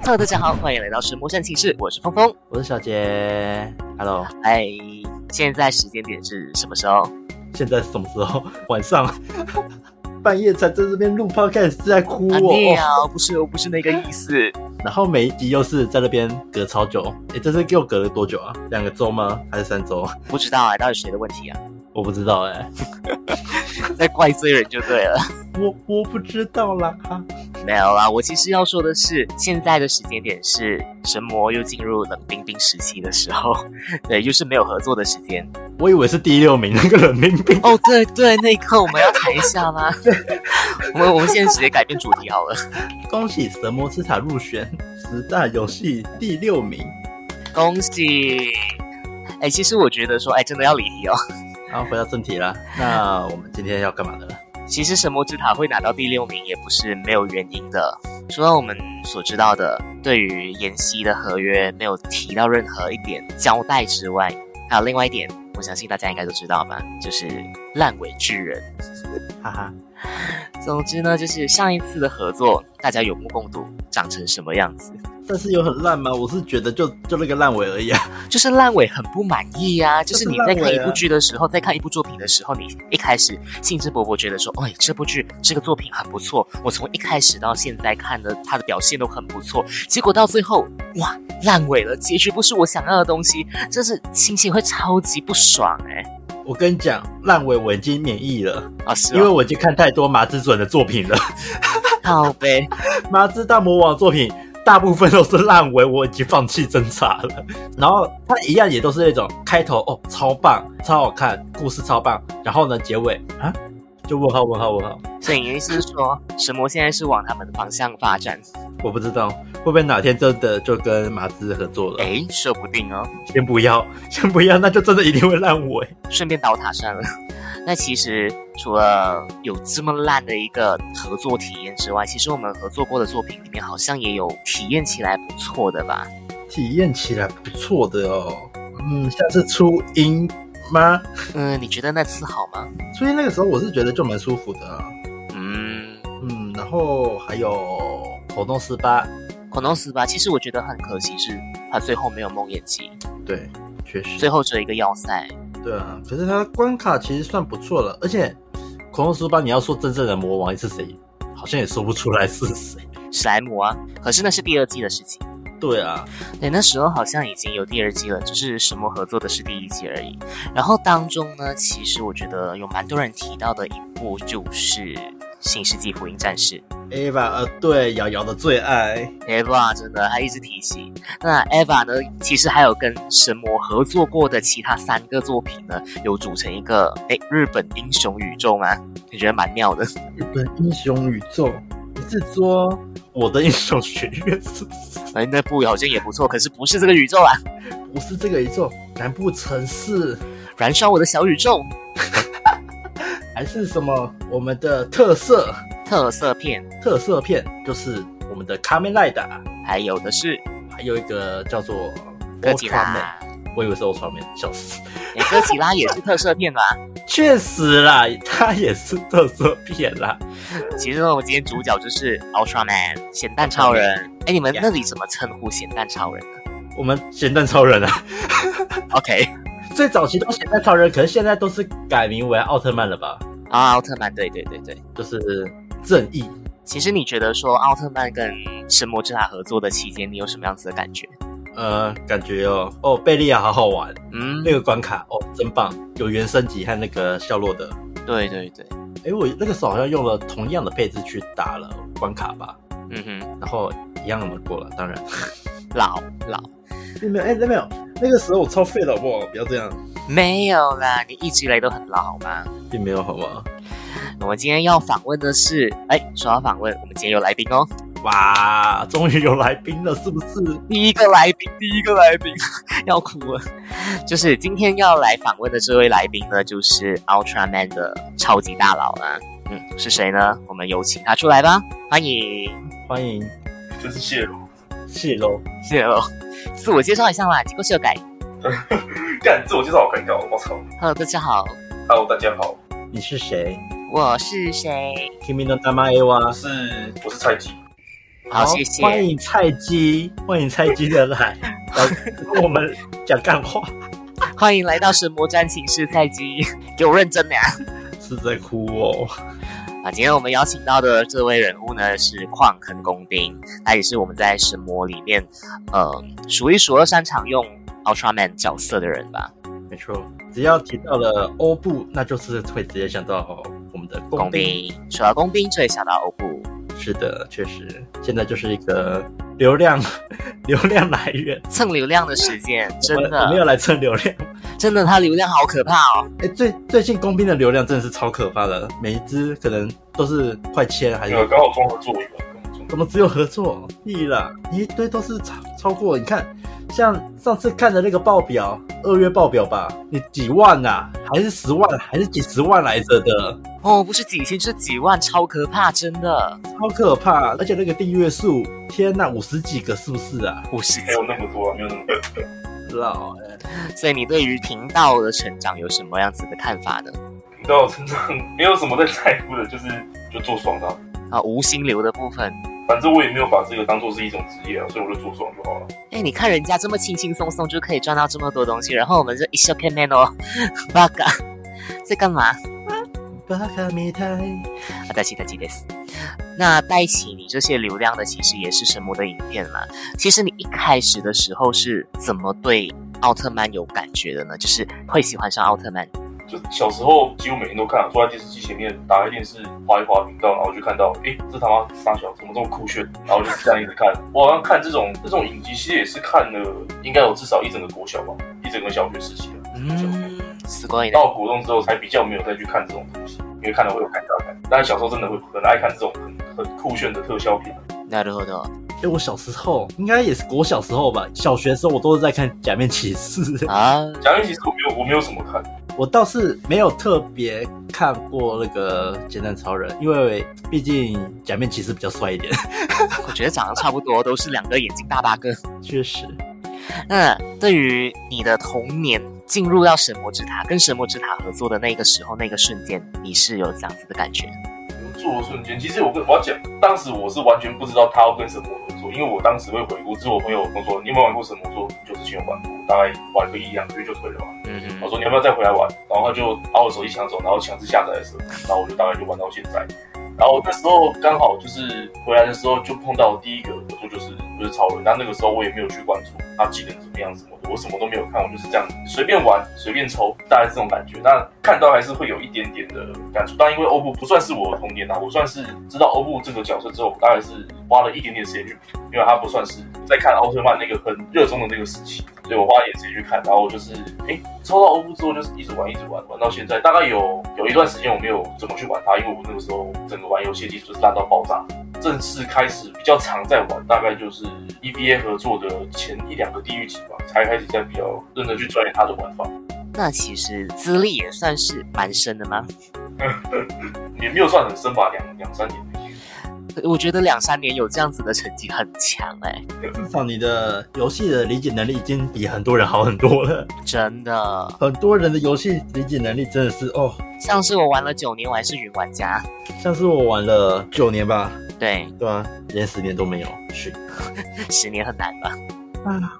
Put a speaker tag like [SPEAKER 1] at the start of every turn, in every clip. [SPEAKER 1] Hello，大家好，欢迎来到石墨战寝室，我是峰峰。
[SPEAKER 2] 我是小杰，Hello，
[SPEAKER 1] 哎，现在时间点是什么时候？
[SPEAKER 2] 现在是什么时候？晚上， 半夜才在这边录 Podcast 是在哭
[SPEAKER 1] 啊，
[SPEAKER 2] 哦。
[SPEAKER 1] 你
[SPEAKER 2] 哦
[SPEAKER 1] 啊，不是，我不是那个意思。
[SPEAKER 2] 然后每一集又是在那边隔超久，哎，这是又隔了多久啊？两个周吗？还是三周？
[SPEAKER 1] 不知道啊，到底谁的问题啊？
[SPEAKER 2] 我不知道哎，
[SPEAKER 1] 在怪罪人就对了。
[SPEAKER 2] 我我不知道啦。
[SPEAKER 1] 没有啦，我其实要说的是，现在的时间点是神魔又进入冷冰冰时期的时候， 对，又是没有合作的时间。
[SPEAKER 2] 我以为是第六名那个冷冰冰，
[SPEAKER 1] 哦，对对，那一刻我们要谈一下吗？ 我们我们现在直接改变主题好了。
[SPEAKER 2] 恭喜神魔之塔入选十大游戏第六名。
[SPEAKER 1] 恭喜！哎，其实我觉得说，哎，真的要离题哦。
[SPEAKER 2] 然后回到正题啦，那我们今天要干嘛的呢？
[SPEAKER 1] 其实神魔之塔会拿到第六名也不是没有原因的。除了我们所知道的，对于妍希的合约没有提到任何一点交代之外，还有另外一点，我相信大家应该都知道吧，就是烂尾巨人。
[SPEAKER 2] 哈哈，
[SPEAKER 1] 总之呢，就是上一次的合作，大家有目共睹，长成什么样子，
[SPEAKER 2] 但是有很烂吗？我是觉得就就那个烂尾而已啊。
[SPEAKER 1] 就是烂尾很不满意 啊。就是你在看一
[SPEAKER 2] 就是烂
[SPEAKER 1] 部
[SPEAKER 2] 尾啊
[SPEAKER 1] 剧的时候，在看一部作品的时候，你一开始兴致勃勃觉得说，哎，这部剧这个作品很不错，我从一开始到现在看的它的表现都很不错，结果到最后，哇，烂尾了，结局不是我想要的东西，真是心情会超级不爽哎、
[SPEAKER 2] 我跟你讲，烂尾我已经免疫了。
[SPEAKER 1] 啊，是
[SPEAKER 2] 因为
[SPEAKER 1] 哦，
[SPEAKER 2] 我已经看太多麻之准的作品了，
[SPEAKER 1] 好呗，
[SPEAKER 2] 麻之大魔王的作品大部分都是烂尾，我已经放弃挣扎了。然后它一样也都是那种开头哦超棒、超好看，故事超棒，然后呢结尾啊就问号问号问号，
[SPEAKER 1] 所以你的意思是说，神魔现在是往他们的方向发展？
[SPEAKER 2] 我不知道会不会哪天真的就跟麻之合作了。
[SPEAKER 1] 哎，说不定哦。
[SPEAKER 2] 先不要， 先不要，那就真的一定会烂尾。
[SPEAKER 1] 顺便倒塔算了。 那其实除了有这么烂的一个合作体验之外，其实我们合作过的作品里面好像也有体验起来不错的吧？
[SPEAKER 2] 体验起来不错的哦，嗯，下次初音吗？
[SPEAKER 1] 嗯、你觉得那次好吗？
[SPEAKER 2] 初音那个时候我是觉得就蛮舒服的啊、
[SPEAKER 1] 嗯，
[SPEAKER 2] 嗯，然后还有口动十八，
[SPEAKER 1] 可能是吧。其实我觉得很可惜是他最后没有梦魇级，
[SPEAKER 2] 对，确实
[SPEAKER 1] 最，后只有一个要塞。
[SPEAKER 2] 对啊。可是它关卡其实算不错了，而且口动十八，你要说真正的魔王是谁，好像也说不出来是谁。
[SPEAKER 1] 史莱姆啊，可是那是第二季的事情。
[SPEAKER 2] 对啊，
[SPEAKER 1] 对，那时候好像已经有第二季了，只是什么合作的是第一季而已。然后当中呢，其实我觉得有蛮多人提到的一部就是《新世纪福音战士》
[SPEAKER 2] ，Ava，呃，对，瑶瑶的最爱，
[SPEAKER 1] ，Eva 真的还一直提起。那 Eva 呢，其实还有跟神魔合作过的其他三个作品呢，有组成一个诶日本英雄宇宙嘛，我觉得蛮妙的。
[SPEAKER 2] 日本英雄宇宙。你是说我的英雄学院是
[SPEAKER 1] 哎，那部好像也不错，可是不是这个宇宙啊，
[SPEAKER 2] 不是这个宇宙？南部城市
[SPEAKER 1] 燃烧我的小宇宙
[SPEAKER 2] 还是什么？我们的特色
[SPEAKER 1] 特色片，
[SPEAKER 2] 特色片就是我们的卡梅莱达，
[SPEAKER 1] 还有的是
[SPEAKER 2] 还有一个叫做
[SPEAKER 1] 哥吉
[SPEAKER 2] 欧传媒
[SPEAKER 1] 拉。
[SPEAKER 2] 我以为是欧传媒，笑死。
[SPEAKER 1] 诶哥吉拉也是特摄片嘛，
[SPEAKER 2] 确实啦，它也是特色片啦。
[SPEAKER 1] 其实呢，我今天主角就是 Ultraman 咸蛋超人。哎，你们
[SPEAKER 2] Yeah
[SPEAKER 1] 那里怎么称呼咸蛋超人呢
[SPEAKER 2] 我们咸蛋超人啊，
[SPEAKER 1] ？OK
[SPEAKER 2] 最早期都咸蛋超人，可是现在都是改名为奥特曼了吧？
[SPEAKER 1] 啊，奥特曼，对对对对。
[SPEAKER 2] 就是正义。
[SPEAKER 1] 其实你觉得说奥特曼跟神魔之塔合作的期间，你有什么样子的感觉？
[SPEAKER 2] 呃，感觉哦，哦，贝利亚好好玩，
[SPEAKER 1] 嗯，
[SPEAKER 2] 那个关卡哦，真棒，有原升级和那个夏洛德。
[SPEAKER 1] 对对对，
[SPEAKER 2] 诶，我那个时候好像用了同样的配置去打了关卡吧，
[SPEAKER 1] 嗯哼，
[SPEAKER 2] 然后一样的过了，当然。
[SPEAKER 1] 老老
[SPEAKER 2] 没有，哎，没有，那个时候我超废的，好不好？不要这样，
[SPEAKER 1] 没有啦，你一直以来都很老好吗？
[SPEAKER 2] 并没有好吗？
[SPEAKER 1] 我们今天要访问的是，哎，说到访问，我们今天有来宾哦，
[SPEAKER 2] 哇，终于有来宾了，是不是？
[SPEAKER 1] 第一个来宾，第一个来宾 要哭了。就是今天要来访问的这位来宾呢，就是 Ultraman 的超级大佬啦。嗯，是谁呢？我们有请他出来吧，欢迎
[SPEAKER 2] 欢迎
[SPEAKER 3] 这是谢龙，
[SPEAKER 2] 谢喽。
[SPEAKER 1] 谢喽。自我介绍一下嘛，机构修改。
[SPEAKER 3] 干自我介绍好尴尬哦，我操
[SPEAKER 1] Hello，大家好，
[SPEAKER 3] ！Hello，大家好，
[SPEAKER 2] 你是谁
[SPEAKER 1] 我是谁？
[SPEAKER 2] ？Kimi no Tama e w
[SPEAKER 3] 我
[SPEAKER 2] a
[SPEAKER 3] 是我是蔡记，
[SPEAKER 1] 好，谢谢。
[SPEAKER 2] 欢迎菜鸡，欢迎菜鸡的 来来跟我们讲干话，
[SPEAKER 1] 欢迎来到神魔战寝室菜鸡，给我认真点啊！
[SPEAKER 2] 是在哭哦。
[SPEAKER 1] 啊，今天我们邀请到的这位人物呢是矿坑工兵，他也是我们在神魔里面，呃，数一数二擅长用 Ultraman 角色的人吧。
[SPEAKER 2] 没错，只要提到了欧布，那就是会直接想到我们的
[SPEAKER 1] 工
[SPEAKER 2] 工兵。
[SPEAKER 1] 兵，说到工兵，就会想到欧布。
[SPEAKER 2] 是的，确实，现在就是一个流量流量来源。
[SPEAKER 1] 蹭流量的时间，真
[SPEAKER 2] 我们我们
[SPEAKER 1] 的，
[SPEAKER 2] 要来蹭流量。
[SPEAKER 1] 真的，他流量好可怕哦！
[SPEAKER 2] 哎、最最近工兵的流量真的是超可怕的，每一只可能都是快千还是
[SPEAKER 3] 因为刚好综合作用，刚好综合
[SPEAKER 2] 怎么只有合作？屁啦，一堆都是超超过。你看，像上次看的那个报表，二月报表吧，你几万啊，还是十万，还是几十万来着的，
[SPEAKER 1] 哦，不是几千，是几万，超可怕，真的，
[SPEAKER 2] 超可怕。而且那个订阅数，天哪，五十几个是不是啊？
[SPEAKER 1] 五十
[SPEAKER 3] 没有那么多啊，没有那么多。
[SPEAKER 2] 老哎、
[SPEAKER 1] 所以你对于频道的成长有什么样子的看法呢？
[SPEAKER 3] 频道成长没有什么在在乎的，就是就做爽的啊、
[SPEAKER 1] 啊，无心流的部分，
[SPEAKER 3] 反正我也没有把这个当做是一种职业啊，所以我就做爽就好了。
[SPEAKER 1] 哎，你看人家这么轻轻松松就可以赚到这么多东西，然后我们这一笑看面哦，八嘎，在干嘛？
[SPEAKER 2] 巴卡米泰，
[SPEAKER 1] 啊，戴奇，戴奇，戴奇。那带起你这些流量的，其实也是神魔的影片嘛。其实你一开始的时候是怎么对奥特曼有感觉的呢？就是会喜欢上奥特曼。
[SPEAKER 3] 就小时候几乎每天都看，啊坐在电视机前面，打开电视滑一滑频道，然后就看到，诶，这他妈傻小，怎么这么酷炫？然后就这样一直看。我好像看这种这种影集系列也是看了，应该有至少一整个国小吧，一整个小学时期啊。
[SPEAKER 1] 嗯，すごいね。
[SPEAKER 3] 到国中之后才比较没有再去看这种东西，因为看了会有尴尬感。但是小时候真的会很爱看这种很很酷炫的特效片。
[SPEAKER 1] なるほど。
[SPEAKER 2] 哎、我小时候应该也是我小时候吧，小学的时候我都是在看《假面骑士》
[SPEAKER 1] 啊，
[SPEAKER 3] 假面其实我没有我没有什么看，
[SPEAKER 2] 我倒是没有特别看过那个《简单超人》，因为毕竟假面骑士比较帅一点，
[SPEAKER 1] 我觉得长得差不多，都是两个眼睛大八个。
[SPEAKER 2] 确实。
[SPEAKER 1] 那对于你的童年进入到神魔之塔，跟神魔之塔合作的那个时候，那个瞬间，你是有这样子的感觉？
[SPEAKER 3] 做的瞬间，其实我跟我要讲，当时我是完全不知道他要跟神魔合作，因为我当时会回顾，是我朋友跟我说，你有没有玩过神魔？我说就之前有玩过，大概玩个一两个月就退了吧。
[SPEAKER 1] 嗯
[SPEAKER 3] 我，说你要不要再回来玩？然后他就把我手机抢走，然后强制下载的时候，然后我就大概就玩到现在。然后那时候刚好就是回来的时候就碰到第一个合作就是就是超人，但那个时候我也没有去关注他技能怎么样什么的，我什么都没有看，我就是这样随便玩随便抽，大概是这种感觉。那看到还是会有一点点的感触，但因为欧布不算是我的童年啊，我算是知道欧布这个角色之后，我大概是花了一点点时间去因为它不算是在看奥特曼那个很热衷的那个时期，所以我花一点时间去看，然后就是哎、诶抽到欧布之后就是一直玩一直玩，玩到现在大概有有一段时间我没有怎么去玩它，因为我那个时候整个玩游戏技术是烂到爆炸。正式开始比较常在玩，大概就是 EVA 合作的前一两个地狱级吧，才开始在比较认真去钻研它的玩法，
[SPEAKER 1] 那其实资历也算是蛮深的吗？
[SPEAKER 3] 也没有算很深吧，两两三年。
[SPEAKER 1] 我觉得两三年有这样子的成绩很强哎、
[SPEAKER 2] 至少你的游戏的理解能力已经比很多人好很多了。
[SPEAKER 1] 真的。
[SPEAKER 2] 很多人的游戏理解能力真的是哦，
[SPEAKER 1] 上次我玩了九年，我还是云玩家。
[SPEAKER 2] 像是我玩了九年吧，
[SPEAKER 1] 对，
[SPEAKER 2] 对吧、连十年都没有，是
[SPEAKER 1] 十年很难吧？
[SPEAKER 2] 啊，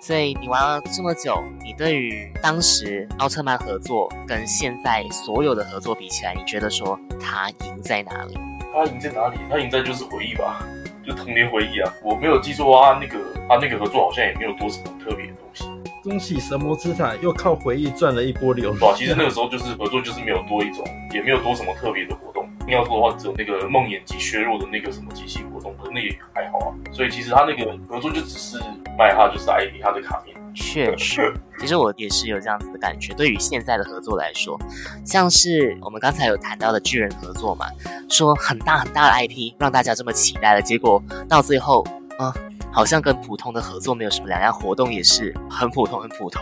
[SPEAKER 1] 所以你玩了这么久，你对于当时奥特曼合作跟现在所有的合作比起来，你觉得说它赢在哪里？
[SPEAKER 3] 他赢在哪里？他赢在就是回忆吧，就童年回忆啊。我没有记错啊，那个他那个合作好像也没有多什么特别的东西，
[SPEAKER 2] 恭喜神魔之塔又靠回忆赚了一波流
[SPEAKER 3] 对吧？其实那个时候就是合作，就是没有多一种，也没有多什么特别的活动。硬要说的话，只有那个梦魇及削弱的那个什么机器活动，可是那也还好啊。所以其实他那个合作就只是卖他就是 ID 他的卡面，
[SPEAKER 1] 确实，其实我也是有这样子的感觉。对于现在的合作来说，像是我们刚才有谈到的巨人合作嘛，说很大很大的 IP 让大家这么期待了，结果到最后，啊、好像跟普通的合作没有什么两样，活动也是很普通很普通，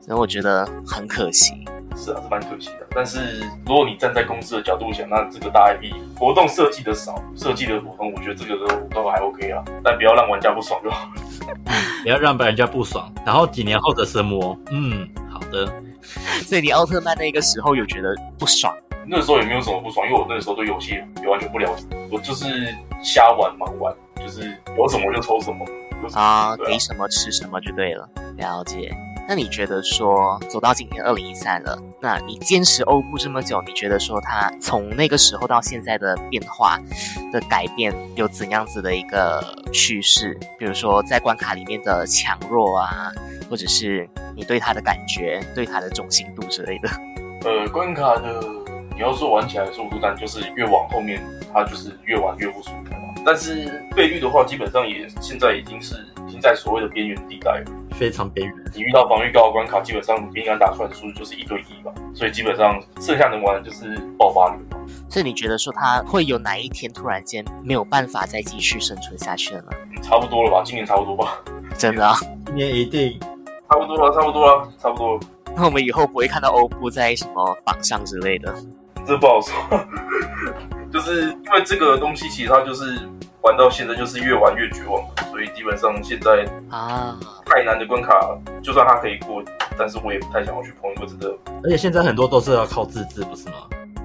[SPEAKER 1] 所以我觉得很可惜。
[SPEAKER 3] 是啊，是蛮可惜的。但是如果你站在公司的角度想，那这个大 IP 活动设计的少，设计的活动，我觉得这个都都还 OK 啊。但不要让玩家不爽就好。
[SPEAKER 2] 不要让人家不 爽。然后几年后的神魔，嗯，好的，
[SPEAKER 1] 所以你奥特曼那个时候有觉得不爽，
[SPEAKER 3] 那时候也没有什么不爽，因为我那时候对游戏也完全不了解，我就是瞎玩盲玩。就是有什么就抽什么。就是
[SPEAKER 1] 啊，
[SPEAKER 3] 对
[SPEAKER 1] 给什么吃什么就对了。了解。那你觉得说走到今天二零一三了，那你坚持欧布这么久，你觉得说它从那个时候到现在的变化的改变有怎样子的一个趋势？比如说在关卡里面的强弱啊，或者是你对它的感觉、对它的忠心度之类的。
[SPEAKER 3] 呃，关卡的你要说玩起来的速度，但就是越往后面，它就是越玩越不舒服嘛。但是费率的话，基本上也现在已经是已经在所谓的边缘地带了。
[SPEAKER 2] 非常边缘。
[SPEAKER 3] 你遇到防御高的关卡，基本上你敢打出来的数据就是一对一吧，所以基本上剩下能玩的就是爆发力嘛。
[SPEAKER 1] 所以你觉得说它会有哪一天突然间没有办法再继续生存下去了呢？
[SPEAKER 3] 嗯差不多了吧，今年差不多吧，
[SPEAKER 1] 真的啊，
[SPEAKER 2] 今年一定
[SPEAKER 3] 差不多了，差不多了，差不多了，
[SPEAKER 1] 那我们以后不会看到欧布在什么榜上之类的。
[SPEAKER 3] 这不好说。 就是因为这个东西，其实它就是玩到现在就是越玩越绝望，所以基本上现在
[SPEAKER 1] 啊，
[SPEAKER 3] 太难的关卡，就算它可以过，但是我也不太想要去碰，因为真的
[SPEAKER 2] 而且现在很多都是要靠自制，不是吗？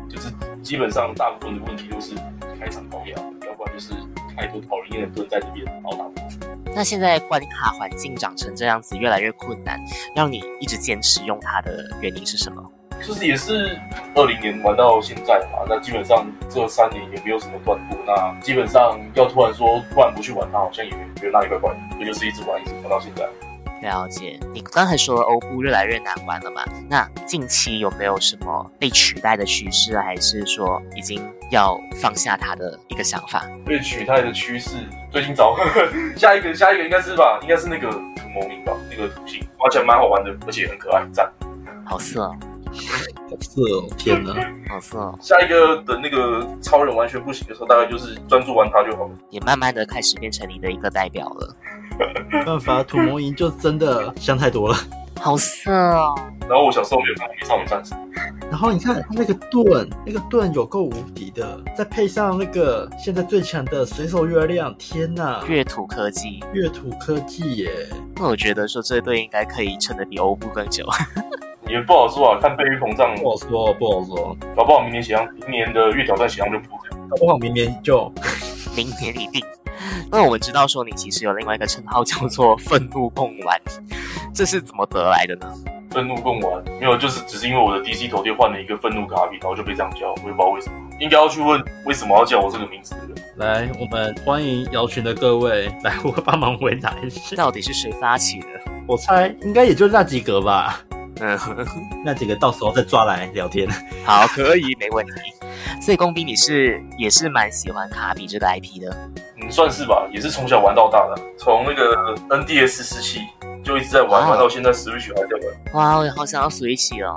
[SPEAKER 3] 就是基本上大部分的问题都是开场高压，要不然就是太多讨人厌的盾在这边，然后打不过去。
[SPEAKER 1] 那现在关卡环境长成这样子，越来越困难，让你一直坚持用它的原因是什么？
[SPEAKER 3] 就是也是二零年玩到现在嘛，那基本上这三年也没有什么断过。那基本上要突然说突然不去玩它，好像也觉得那里怪怪的。所以就是一直玩，一直玩到现在。
[SPEAKER 1] 了解，你刚才说了欧布越来越难玩了嘛？那近期有没有什么被取代的趋势，还是说已经要放下它的一个想法？
[SPEAKER 3] 被取代的趋势最近找下一个，下一个应该是吧？应该是那个土魔民吧，那个土星，而且蛮好玩的，而且很可爱，赞。
[SPEAKER 1] 好色哦，
[SPEAKER 2] 是哦，天哪！
[SPEAKER 1] 好色哦，
[SPEAKER 3] 下一个等那个超人完全不行的时候，大概就是专注玩它就好了。
[SPEAKER 1] 也慢慢的开始变成你的一个代表了。
[SPEAKER 2] 没办法，土魔营就真的想太多了。
[SPEAKER 1] 好色哦，
[SPEAKER 3] 然后我小时候没有看过《美少女战士》，
[SPEAKER 2] 然后你看他那个盾，那个盾有够无敌的，再配上那个现在最强的水手月亮，天哪！
[SPEAKER 1] 月土科技，
[SPEAKER 2] 月土科技耶，
[SPEAKER 1] 那我觉得说这队应该可以撑得比欧布更久。
[SPEAKER 3] 也不好说啊，看费率膨胀，
[SPEAKER 2] 不好说，不好说，
[SPEAKER 3] 搞不好明年血量，明年的月挑战血量就不会。
[SPEAKER 2] 搞不好明年就
[SPEAKER 1] 明年一定。那我们知道说你其实有另外一个称号叫做“愤怒贡丸”，这是怎么得来的呢？
[SPEAKER 3] 愤怒共玩，没有，就是只是因为我的 DC 头贴换了一个愤怒卡比，然后就被这样叫，我也不知道为什么。应该要去问为什么要叫我这个名字的人。
[SPEAKER 2] 来，我们欢迎摇群的各位来，我帮忙回答一下。
[SPEAKER 1] 到底是谁发起的？
[SPEAKER 2] 我猜应该也就那几个吧，
[SPEAKER 1] 嗯，
[SPEAKER 2] 那几个到时候再抓来聊天。
[SPEAKER 1] 好，可以，没问题。所以工兵你是也是蛮喜欢卡比这个 IP 的，
[SPEAKER 3] 嗯，算是吧，也是从小玩到大的，从那个 NDS 时期就一直在玩，
[SPEAKER 1] 啊
[SPEAKER 3] 玩到现在 Switch 还在玩。
[SPEAKER 1] 哇，我也好想要随喜哦。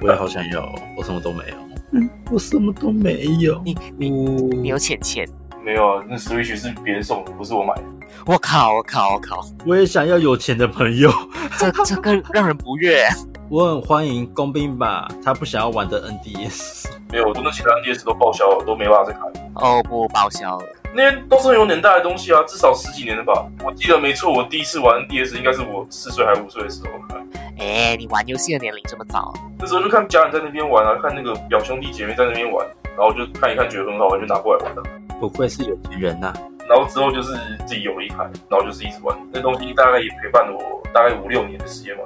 [SPEAKER 2] 我也好想要，我什么都没有。嗯，我什么都没有。
[SPEAKER 1] 你你你有钱钱？
[SPEAKER 3] 没有啊，那 Switch 是别人送的，不是我买的。
[SPEAKER 1] 我靠，我靠，我靠，
[SPEAKER 2] 我也想要有钱的朋友。
[SPEAKER 1] 这这更让人不悦。
[SPEAKER 2] 我很欢迎工兵吧，他不想要玩的 NDS。
[SPEAKER 3] 没有，我那其他 NDS 都报销了，都没办法再开。
[SPEAKER 1] 哦不，报销了。
[SPEAKER 3] 那些都是很有年代的东西啊，至少十几年了吧。我记得没错，我第一次玩 NDS 应该是我四岁还是五岁的时候。
[SPEAKER 1] 哎，你玩游戏的年龄这么早，
[SPEAKER 3] 那时候就看家人在那边玩啊，看那个表兄弟姐妹在那边玩，然后就看一看觉得很好玩，就拿过来玩了。
[SPEAKER 2] 不愧是有钱人啊呐、
[SPEAKER 3] 然后之后就是自己有了一台，然后就是一直玩。那东西大概也陪伴了我大概五六年的时间吧。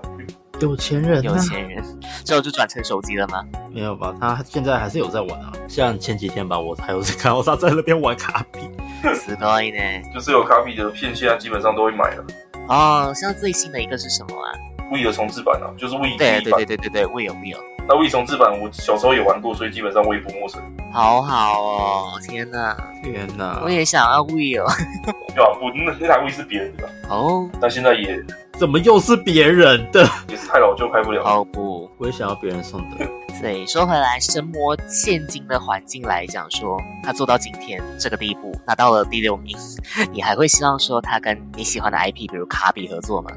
[SPEAKER 2] 有钱人啊
[SPEAKER 1] 有钱人之后就转成手机了吗？
[SPEAKER 2] 没有吧？他现在还是有在玩啊。像前几天吧，我还有在看到他在那边玩卡比。
[SPEAKER 1] すごい呢。
[SPEAKER 3] 就是有卡比的片，现在基本上都会买了。
[SPEAKER 1] 哦，像最新的一个是什么啊？
[SPEAKER 3] We 的重置版啊，就是 We 第一
[SPEAKER 1] 对对
[SPEAKER 3] 版。
[SPEAKER 1] 对对对对，会有会有，
[SPEAKER 3] 那 We 重置版我小时候也玩过，所以基本上我也不陌生。
[SPEAKER 1] 好好哦，天哪，
[SPEAKER 2] 天哪
[SPEAKER 1] 我也想要 Will
[SPEAKER 3] 对啊吧？我那那台 We 是别人的啊，
[SPEAKER 1] 哦
[SPEAKER 3] 但现在也
[SPEAKER 2] 怎么又是别人的？
[SPEAKER 3] 也是太老旧拍不了。
[SPEAKER 1] 哦不，
[SPEAKER 2] 我也想要别人送的。
[SPEAKER 1] 所以说回来，神魔现今的环境来讲说，他做到今天这个地步，拿到了第六名，你还会希望说他跟你喜欢的 IP，比如卡比合作吗？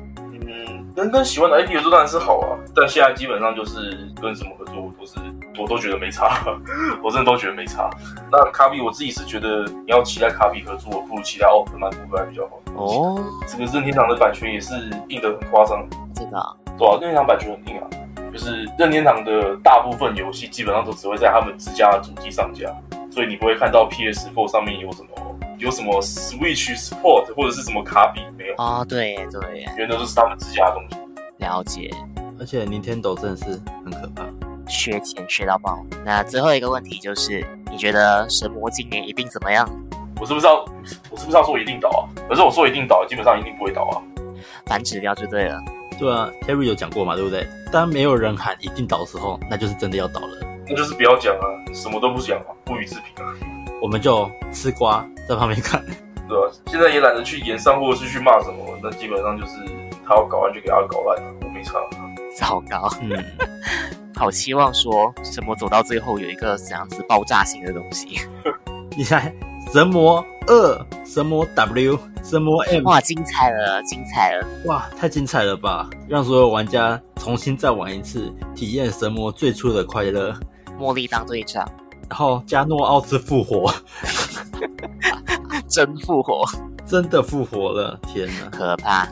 [SPEAKER 3] 嗯，能跟喜欢的 IP 合作当然是好啊，但现在基本上就是跟什么合作，我都是我都觉得没差， 我真的都觉得没差。那卡比我自己是觉得，你要期待卡比合作，不如期待奥特曼复刻还比较好。，
[SPEAKER 1] 哦，
[SPEAKER 3] 这个任天堂的版权也是硬的很夸张，
[SPEAKER 1] 真的啊
[SPEAKER 3] 对啊，任天堂版权很硬啊，就是任天堂的大部分游戏基本上都只会在他们自家的主机上架，所以你不会看到 PS4 上面有什么有什么 Switch Sport 或者是什么卡比没有，
[SPEAKER 1] 哦，对对，
[SPEAKER 3] 原来都是他们自家的东西。
[SPEAKER 1] 了解，
[SPEAKER 2] 而且 Nintendo 真的是很可怕。
[SPEAKER 1] 缺钱缺到爆。那最后一个问题就是，你觉得神魔今年一定怎么样？
[SPEAKER 3] 我是不是要我是不是要说一定倒啊？可是我说一定倒，基本上一定不会倒啊。
[SPEAKER 1] 反指标就对了。
[SPEAKER 2] 对啊，Terry 有讲过嘛，对不对？当没有人喊一定倒的时候，那就是真的要倒了。
[SPEAKER 3] 那就是不要讲啊，什么都不讲啊，不予置评啊，
[SPEAKER 2] 我们就吃瓜在旁边看。
[SPEAKER 3] 对吧、现在也懒得去演上或者是去骂什么，那基本上就是他要搞烂就给他搞烂，啊我没差。
[SPEAKER 1] 糟糕，
[SPEAKER 2] 嗯，
[SPEAKER 1] 好期望说神魔走到最后有一个怎样子爆炸性的东西。
[SPEAKER 2] 你看神魔二、神魔 W、神魔 M，
[SPEAKER 1] 哇，精彩了，精彩了！
[SPEAKER 2] 哇，太精彩了吧！让所有玩家重新再玩一次，体验神魔最初的快乐。
[SPEAKER 1] 茉莉当队长，
[SPEAKER 2] 然后加诺奥兹复活，
[SPEAKER 1] 真复活，
[SPEAKER 2] 真的复活了！天哪！
[SPEAKER 1] 可怕。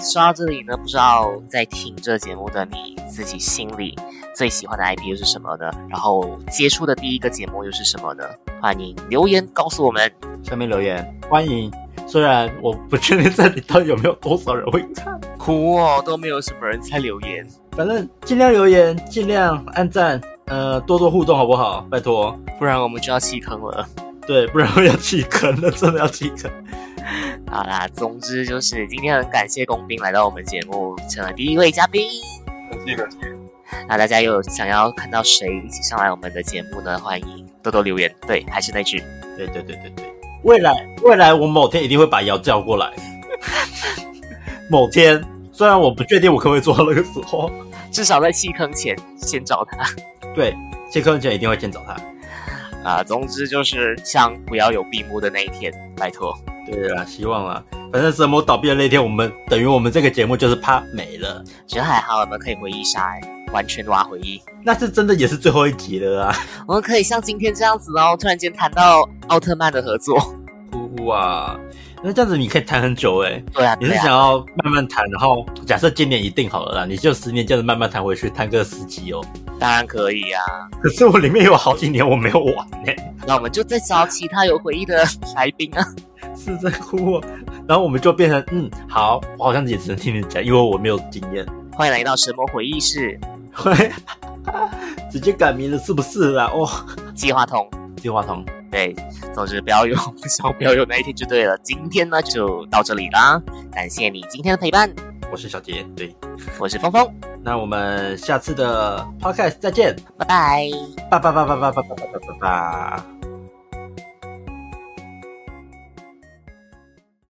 [SPEAKER 1] 说到这里呢，不知道在听这节目的你自己心里最喜欢的 IP 又是什么呢？然后接触的第一个节目又是什么呢？欢迎留言告诉我们。
[SPEAKER 2] 下面留言欢迎。虽然我不确定这里到底有没有多少人会看，
[SPEAKER 1] 苦哦，都没有什么人在留言。
[SPEAKER 2] 反正尽量留言，尽量按赞，呃，多多互动好不好？拜托，
[SPEAKER 1] 不然我们就要弃坑了。
[SPEAKER 2] 对，不然我要弃坑了，真的要弃坑。
[SPEAKER 1] 好啦，总之就是今天很感谢工兵来到我们节目，成了第一位嘉宾。
[SPEAKER 3] 很谢感谢，
[SPEAKER 1] 那大家有想要看到谁一起上来我们的节目呢？欢迎多多留言。对，还是那句，
[SPEAKER 2] 对对对对对，未来未来我某天一定会把瑶叫过 来，某天虽然我不确定我可不可以做到那个时候，
[SPEAKER 1] 至少在弃坑前先找他。
[SPEAKER 2] 对，谢克前一定会先找他。
[SPEAKER 1] 啊，总之就是像不要有闭幕的那一天，拜托。
[SPEAKER 2] 对啦，希望啦，反正神魔倒闭的那天，我们等于我们这个节目就是啪没了，
[SPEAKER 1] 觉得还好，我们可以回忆杀、欸，完全挖回忆。
[SPEAKER 2] 那是真的也是最后一集了啊！
[SPEAKER 1] 我们可以像今天这样子哦，突然间谈到奥特曼的合作。
[SPEAKER 2] 呜呜啊，那这样子你可以谈很久哎、
[SPEAKER 1] 对啊，
[SPEAKER 2] 你是
[SPEAKER 1] 对
[SPEAKER 2] 想
[SPEAKER 1] 啊，
[SPEAKER 2] 要慢慢谈，然后假设今年一定好了啦，你就十年这样子慢慢谈回去，谈个十集哦。
[SPEAKER 1] 当然可以啊。
[SPEAKER 2] 可是我里面有好几年我没有玩呢、
[SPEAKER 1] 那我们就再找其他有回忆的来宾啊。
[SPEAKER 2] 是在哭、哦。然后我们就变成嗯，好，我好像也只能听你讲，因为我没有经验。
[SPEAKER 1] 欢迎来到神魔回忆室，
[SPEAKER 2] 直接改名了是不是啊？哦，
[SPEAKER 1] 计划通。
[SPEAKER 2] 金话筒，
[SPEAKER 1] 对，总之不要有， 希望不要有那一天就对了。今天呢就到这里啦，感谢你今天的陪伴，
[SPEAKER 2] 我是小杰，对，
[SPEAKER 1] 我是峰峰，
[SPEAKER 2] 那我们下次的 podcast 再见，
[SPEAKER 1] 拜拜。
[SPEAKER 2] 拜拜拜拜拜拜拜拜拜拜。